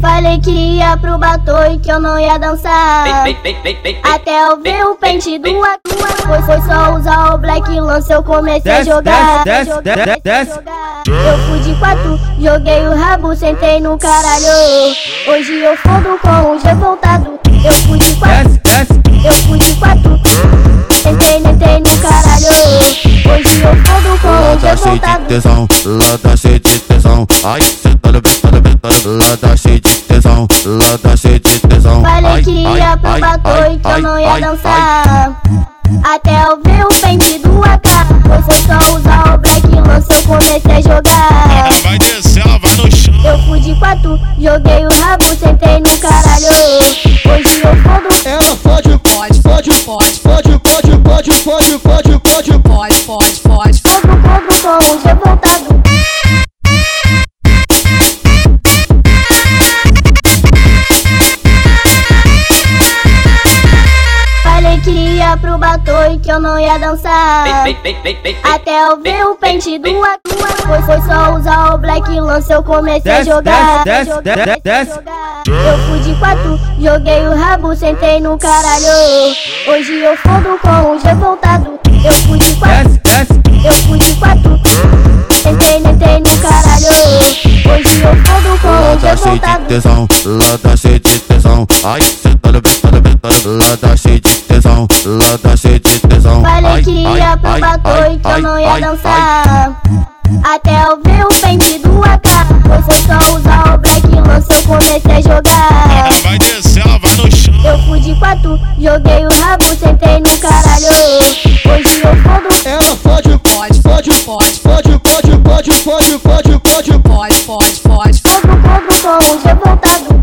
falei que ia pro batom e que eu não ia dançar. Até eu ver o pente do Aqua. Foi, foi só usar o Black Lance, eu comecei a Desce, jogar. desce, desce, jogar, desce, desce. jogar. Eu fui de quatro, joguei o rabo, sentei no caralho. Hoje eu fundo com os revoltados. Eu fui de quatro, Desce, desce, eu fui de quatro. Sentei, sentei no caralho. Hoje eu fundo com Lá os tá cheio de revoltados. tesão, lá tá cheio de tesão. Ai, cê tá arrebentando, arrebentando. Lá tá cheio de tesão, lá tá cheio de tesão. Falei Ai, que ai, ia pro ai, batom ai, e que eu ai, não ia ai, ai. dançar. Até eu ver o pente do AK. Você só usar o black lance, eu comecei a jogar. Ela vai descer, ela vai no chão. Eu fui de quatro, joguei o rabo, sentei no caralho. Hoje eu fundo, Ela pode, pode, pode, pode, pode, pode, pode, pode, pode, pode, pode, pode, pode. fundo, fundo com os revoltados. Falei que ia pro batom e que eu não ia dançar. Até eu ver o pente do Aqua. Foi, foi só usar o Black Lance, eu comecei Desce, a jogar. desce, desce, jogar, desce, desce. jogar. Eu fui de quatro, joguei o rabo, sentei no caralho. Hoje eu fundo com os revoltados. Eu fui de quatro, desce, desce. eu fui de quatro. Sentei, sentei no caralho. Hoje eu fundo com Lá os tá cheio de revoltados. tesão, lá tá cheio de tesão. Ai, cê tá arrebentando, arrebentando. Lá tá cheio de tesão, lá tá cheio de tesão. Falei Ai, que ai, ia pro ai, batom ai, e que eu ai, não ia ai, ai. dançar. Até eu ver o pente do AK. Você só usar o black lance, eu comecei a jogar. Ela vai descer, ela vai no chão. Eu fui de quatro, joguei o rabo, sentei no caralho. Hoje eu fundo, Ela pode, pode, pode, pode, pode, pode, pode, pode, pode, pode, pode, pode, pode. fundo, fundo com os revoltados.